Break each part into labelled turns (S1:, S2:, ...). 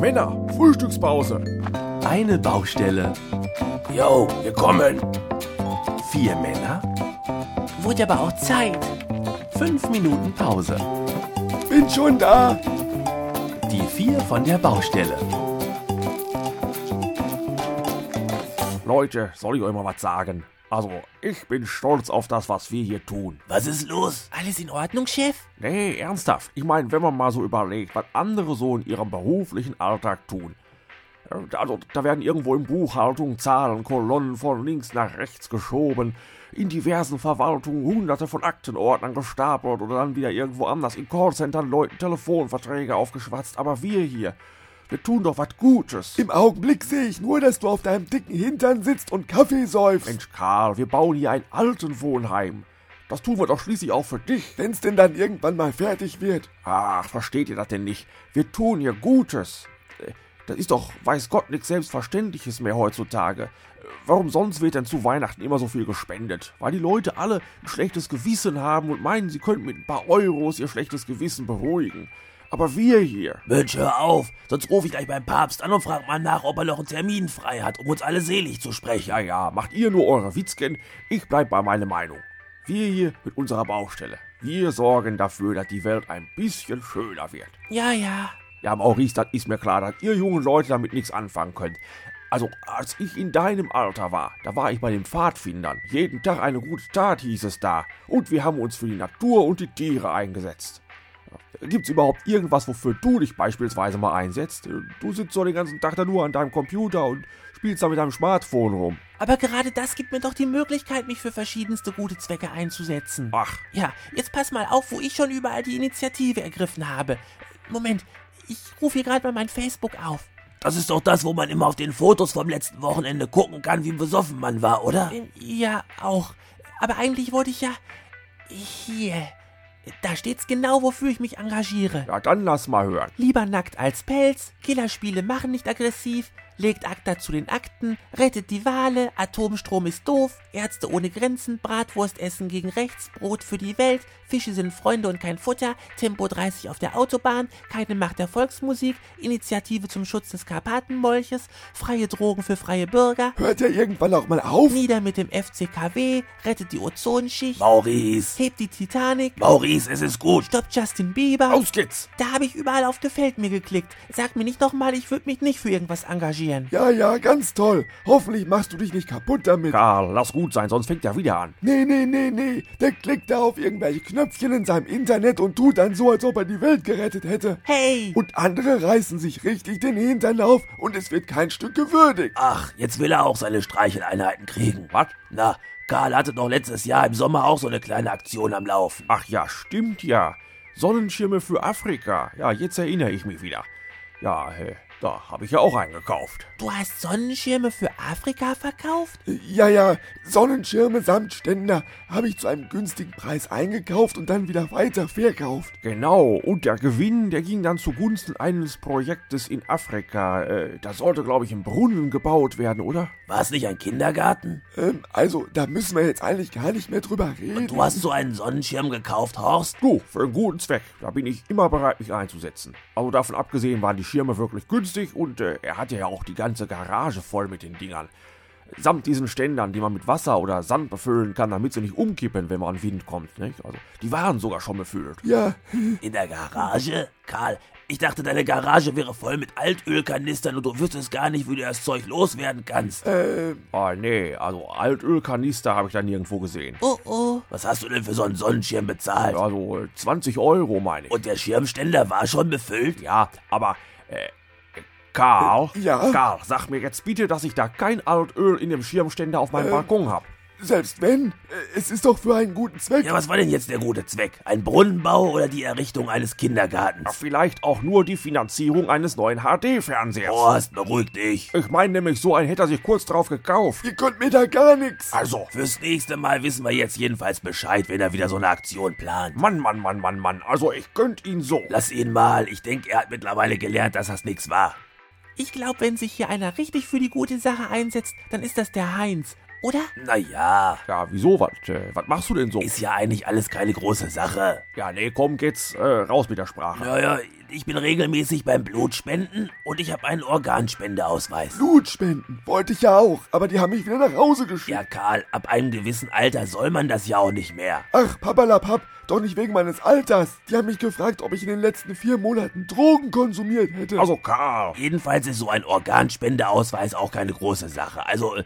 S1: Männer, Frühstückspause.
S2: Eine Baustelle.
S3: Yo, wir kommen.
S2: Vier Männer. Wurde aber auch Zeit. Fünf Minuten Pause.
S1: Bin schon da.
S2: Die vier von der Baustelle.
S1: Leute, soll ich euch mal was sagen? Also, ich bin stolz auf das, was wir hier tun.
S3: Was ist los?
S4: Alles in Ordnung, Chef?
S1: Nee, ernsthaft. Ich meine, wenn man mal so überlegt, was andere so in ihrem beruflichen Alltag tun. Äh, Also, da werden irgendwo in Buchhaltung Zahlen, Kolonnen von links nach rechts geschoben, in diversen Verwaltungen hunderte von Aktenordnern gestapelt oder dann wieder irgendwo anders in Callcentern Leuten Telefonverträge aufgeschwatzt. Aber wir hier, wir tun doch was Gutes.
S5: Im Augenblick sehe ich nur, dass du auf deinem dicken Hintern sitzt und Kaffee säufst.
S1: Mensch, Karl, wir bauen hier ein Altenwohnheim. Das tun wir doch schließlich auch für dich.
S5: Wenn's denn dann irgendwann mal fertig wird.
S1: Ach, versteht ihr das denn nicht? Wir tun hier Gutes. Äh, Das ist doch, weiß Gott, nichts Selbstverständliches mehr heutzutage. Äh, Warum sonst wird denn zu Weihnachten immer so viel gespendet? Weil die Leute alle ein schlechtes Gewissen haben und meinen, sie könnten mit ein paar Euros ihr schlechtes Gewissen beruhigen. Aber wir hier,
S3: Mensch, hör auf. Sonst rufe ich gleich beim Papst an und frag mal nach, ob er noch einen Termin frei hat, um uns alle selig zu sprechen.
S1: ja, ja, macht ihr nur eure Witzken, ich bleib bei meiner Meinung. Wir hier mit unserer Baustelle, wir sorgen dafür, dass die Welt ein bisschen schöner wird.
S4: Ja, ja.
S1: Ja, Maurice, das ist mir klar, dass ihr jungen Leute damit nichts anfangen könnt. Also, als ich in deinem Alter war, da war ich bei den Pfadfindern. Jeden Tag eine gute Tat hieß es da. Und wir haben uns für die Natur und die Tiere eingesetzt. Gibt's überhaupt irgendwas, wofür du dich beispielsweise mal einsetzt? Du sitzt so den ganzen Tag da nur an deinem Computer und spielst da mit deinem Smartphone rum.
S4: Aber gerade das gibt mir doch die Möglichkeit, mich für verschiedenste gute Zwecke einzusetzen.
S1: Ach,
S4: Ja, jetzt pass mal auf, wo ich schon überall die Initiative ergriffen habe. Moment, ich rufe hier gerade mal mein Facebook auf.
S3: Das ist doch das, wo man immer auf den Fotos vom letzten Wochenende gucken kann, wie besoffen man war, oder?
S4: Ähm, Ja, auch. Aber eigentlich wollte ich ja... Hier. Da steht's genau, wofür ich mich engagiere.
S1: ja, dann lass mal hören.
S4: Lieber nackt als Pelz, Killerspiele machen nicht aggressiv, legt Akta zu den Akten, rettet die Wale, Atomstrom ist doof, Ärzte ohne Grenzen, Bratwurst essen gegen rechts, Brot für die Welt, Fische sind Freunde und kein Futter, Tempo 30 auf der Autobahn, keine Macht der Volksmusik, Initiative zum Schutz des Karpatenmolches, freie Drogen für freie Bürger,
S5: Hört ja irgendwann auch mal auf.
S4: nieder mit dem FCKW, rettet die Ozonschicht,
S3: Maurice.
S4: hebt die Titanic,
S3: Maurice, es ist gut.
S4: stoppt Justin Bieber.
S1: Los geht's!
S4: Da habe ich überall auf Gefällt mir geklickt. Sag mir nicht nochmal, ich würde mich nicht für irgendwas engagieren.
S5: Ja, ja, ganz toll. Hoffentlich machst du dich nicht kaputt damit.
S1: Karl, lass gut sein, sonst fängt er wieder an.
S5: Nee, nee, nee, nee. Der klickt da auf irgendwelche Knöpfchen in seinem Internet und tut dann so, als ob er die Welt gerettet hätte.
S4: Hey!
S5: Und andere reißen sich richtig den Hintern auf und es wird kein Stück gewürdigt.
S3: Ach, jetzt will er auch seine Streicheleinheiten kriegen.
S1: Was?
S3: Na, Karl hatte doch letztes Jahr im Sommer auch so eine kleine Aktion am Laufen.
S1: Ach ja, stimmt ja. Sonnenschirme für Afrika. Ja, jetzt erinnere ich mich wieder. Ja, äh, da habe ich ja auch eingekauft.
S4: Du hast Sonnenschirme für Afrika verkauft?
S5: Ja, ja, Sonnenschirme samt Ständer habe ich zu einem günstigen Preis eingekauft und dann wieder weiter verkauft.
S1: Genau, und der Gewinn, der ging dann zugunsten eines Projektes in Afrika. Äh, da sollte, glaube ich, ein Brunnen gebaut werden, oder?
S3: War es nicht ein Kindergarten?
S5: Ähm, also, da müssen wir jetzt eigentlich gar nicht mehr drüber reden.
S3: Du hast so einen Sonnenschirm gekauft, Horst?
S1: Du, für einen guten Zweck. Da bin ich immer bereit, mich einzusetzen. Also davon abgesehen waren die Schirme wirklich günstig und äh, er hatte ja auch die ganze Garage voll mit den Dingern. Samt diesen Ständern, die man mit Wasser oder Sand befüllen kann, damit sie nicht umkippen, wenn man Wind kommt. Nicht? Also, die waren sogar schon befüllt.
S5: Ja,
S3: In der Garage? Karl, ich dachte, deine Garage wäre voll mit Altölkanistern und du wüsstest gar nicht, wie du das Zeug loswerden kannst.
S5: äh,
S1: Ah, nee, also Altölkanister habe ich da nirgendwo gesehen.
S4: Oh oh.
S3: Was hast du denn für so einen Sonnenschirm bezahlt?
S1: Also äh, 20 Euro meine ich.
S3: Und der Schirmständer war schon befüllt?
S1: ja, aber äh, äh, Karl,
S5: Äh, ja?
S1: Karl, sag mir jetzt bitte, dass ich da kein Altöl in dem Schirmständer auf
S5: Äh.
S1: meinem Balkon habe.
S5: selbst wenn, äh, es ist doch für einen guten Zweck.
S3: Ja, was war denn jetzt der gute Zweck? Ein Brunnenbau oder die Errichtung eines Kindergartens?
S1: Vielleicht auch nur die Finanzierung eines neuen HD-Fernsehers.
S3: Horst, beruhig dich.
S1: Ich meine nämlich, so einen hätte er sich kurz drauf gekauft.
S5: Ihr könnt mir da gar nichts.
S1: Also,
S3: Fürs nächste Mal wissen wir jetzt jedenfalls Bescheid, wenn er wieder so eine Aktion plant.
S1: Mann, Mann, Mann, Mann, Mann, also ich gönnt ihn so.
S3: Lass ihn mal. Ich denke, er hat mittlerweile gelernt, dass das nichts war.
S4: Ich glaube, wenn sich hier einer richtig für die gute Sache einsetzt, dann ist das der Heinz. oder?
S3: Naja,
S1: Ja, wieso? Was äh, was machst du denn so?
S3: ist ja eigentlich alles keine große Sache.
S1: Ja, nee, komm, geht's äh, raus mit der Sprache.
S3: Naja, ich bin regelmäßig beim Blutspenden und ich habe einen Organspendeausweis.
S5: Blut spenden wollte ich ja auch, aber die haben mich wieder nach Hause geschickt.
S3: Ja, Karl, ab einem gewissen Alter soll man das ja auch nicht mehr.
S5: Ach, papalapap, doch nicht wegen meines Alters. Die haben mich gefragt, ob ich in den letzten vier Monaten Drogen konsumiert hätte.
S1: Also, Karl.
S3: Jedenfalls ist so ein Organspendeausweis auch keine große Sache. Also,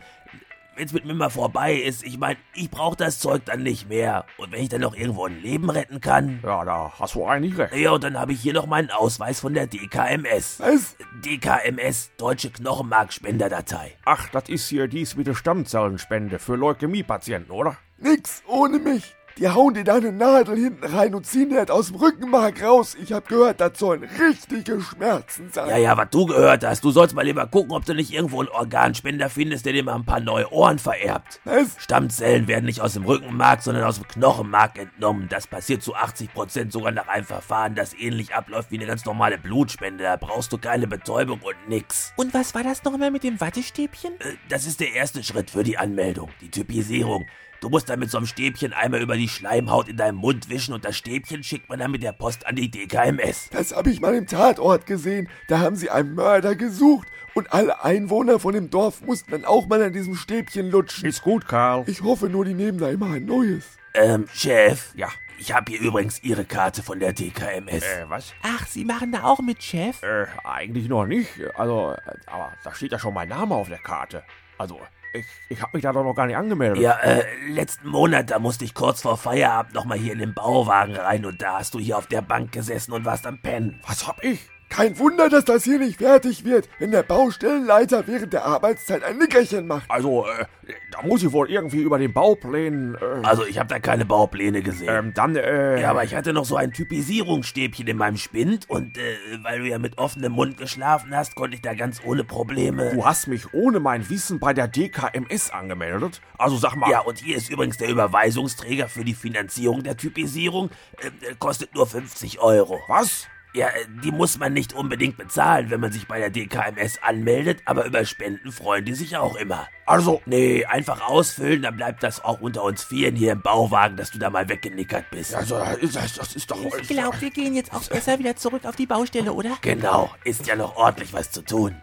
S3: wenn es mit mir mal vorbei ist, ich meine, ich brauche das Zeug dann nicht mehr. Und wenn ich dann noch irgendwo ein Leben retten kann.
S1: Ja, da hast du eigentlich recht.
S3: Ja, und dann habe ich hier noch meinen Ausweis von der DKMS.
S5: Was?
S3: DKMS, Deutsche Knochenmarkspenderdatei.
S1: Ach, das ist hier dies mit der Stammzellenspende für Leukämiepatienten, oder?
S5: Nix ohne mich. Die hauen dir deine Nadel hinten rein und ziehen dir das aus dem Rückenmark raus. Ich hab gehört, das sollen richtige Schmerzen sein.
S3: Ja, ja, was du gehört hast. Du sollst mal lieber gucken, ob du nicht irgendwo einen Organspender findest, der dir mal ein paar neue Ohren vererbt.
S5: Was?
S3: Stammzellen werden nicht aus dem Rückenmark, sondern aus dem Knochenmark entnommen. Das passiert zu 80% sogar nach einem Verfahren, das ähnlich abläuft wie eine ganz normale Blutspende. Da brauchst du keine Betäubung und nix.
S4: Und was war das nochmal mit dem Wattestäbchen?
S3: Äh, Das ist der erste Schritt für die Anmeldung, die Typisierung. Du musst dann mit so einem Stäbchen einmal über die Schleimhaut in deinem Mund wischen und das Stäbchen schickt man dann mit der Post an die DKMS.
S5: Das hab ich mal im Tatort gesehen. Da haben sie einen Mörder gesucht. Und alle Einwohner von dem Dorf mussten dann auch mal an diesem Stäbchen lutschen.
S1: Ist gut, Karl.
S5: Ich hoffe nur, die nehmen da immer ein neues.
S3: Ähm, Chef.
S1: Ja.
S3: Ich habe hier übrigens Ihre Karte von der DKMS.
S1: Äh, was?
S4: Ach, Sie machen da auch mit, Chef?
S1: Äh, eigentlich noch nicht. Also, äh, aber da steht ja schon mein Name auf der Karte. Also, ich, ich hab mich da doch noch gar nicht angemeldet.
S3: Ja, äh, letzten Monat, da musste ich kurz vor Feierabend nochmal hier in den Bauwagen rein und da hast du hier auf der Bank gesessen und warst am Pennen.
S1: Was hab ich?
S5: Kein Wunder, dass das hier nicht fertig wird, wenn der Baustellenleiter während der Arbeitszeit ein Nickerchen macht.
S1: Also, äh, da muss ich wohl irgendwie über den Bauplänen. Äh,
S3: Also, ich habe da keine Baupläne gesehen.
S1: ähm, dann, äh.
S3: Ja, aber ich hatte noch so ein Typisierungsstäbchen in meinem Spind und äh, weil du ja mit offenem Mund geschlafen hast, konnte ich da ganz ohne Probleme.
S1: Du hast mich ohne mein Wissen bei der DKMS angemeldet. Also sag mal,
S3: Ja, und hier ist übrigens der Überweisungsträger für die Finanzierung der Typisierung. Äh, äh, kostet nur 50 Euro.
S1: was?
S3: Ja, äh, die muss man nicht unbedingt bezahlen, wenn man sich bei der DKMS anmeldet, aber über Spenden freuen die sich auch immer.
S1: Also,
S3: Nee, einfach ausfüllen, dann bleibt das auch unter uns Vieren hier im Bauwagen, dass du da mal weggenickert bist.
S1: also das, das ist doch.
S4: Ich glaube, wir gehen jetzt auch besser wieder zurück auf die Baustelle, oder?
S3: Genau, ist ja noch ordentlich was zu tun.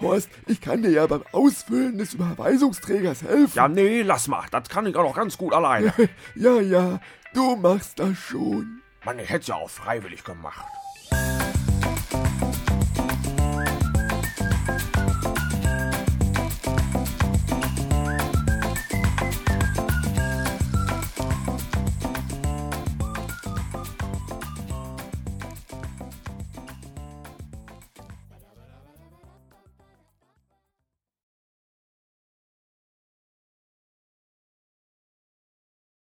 S5: Horst, ich kann dir ja beim Ausfüllen des Überweisungsträgers helfen.
S1: Ja, nee, lass mal. Das kann ich auch noch ganz gut alleine.
S5: Ja, ja, du machst das schon.
S1: Mann, ich hätte ja auch freiwillig gemacht.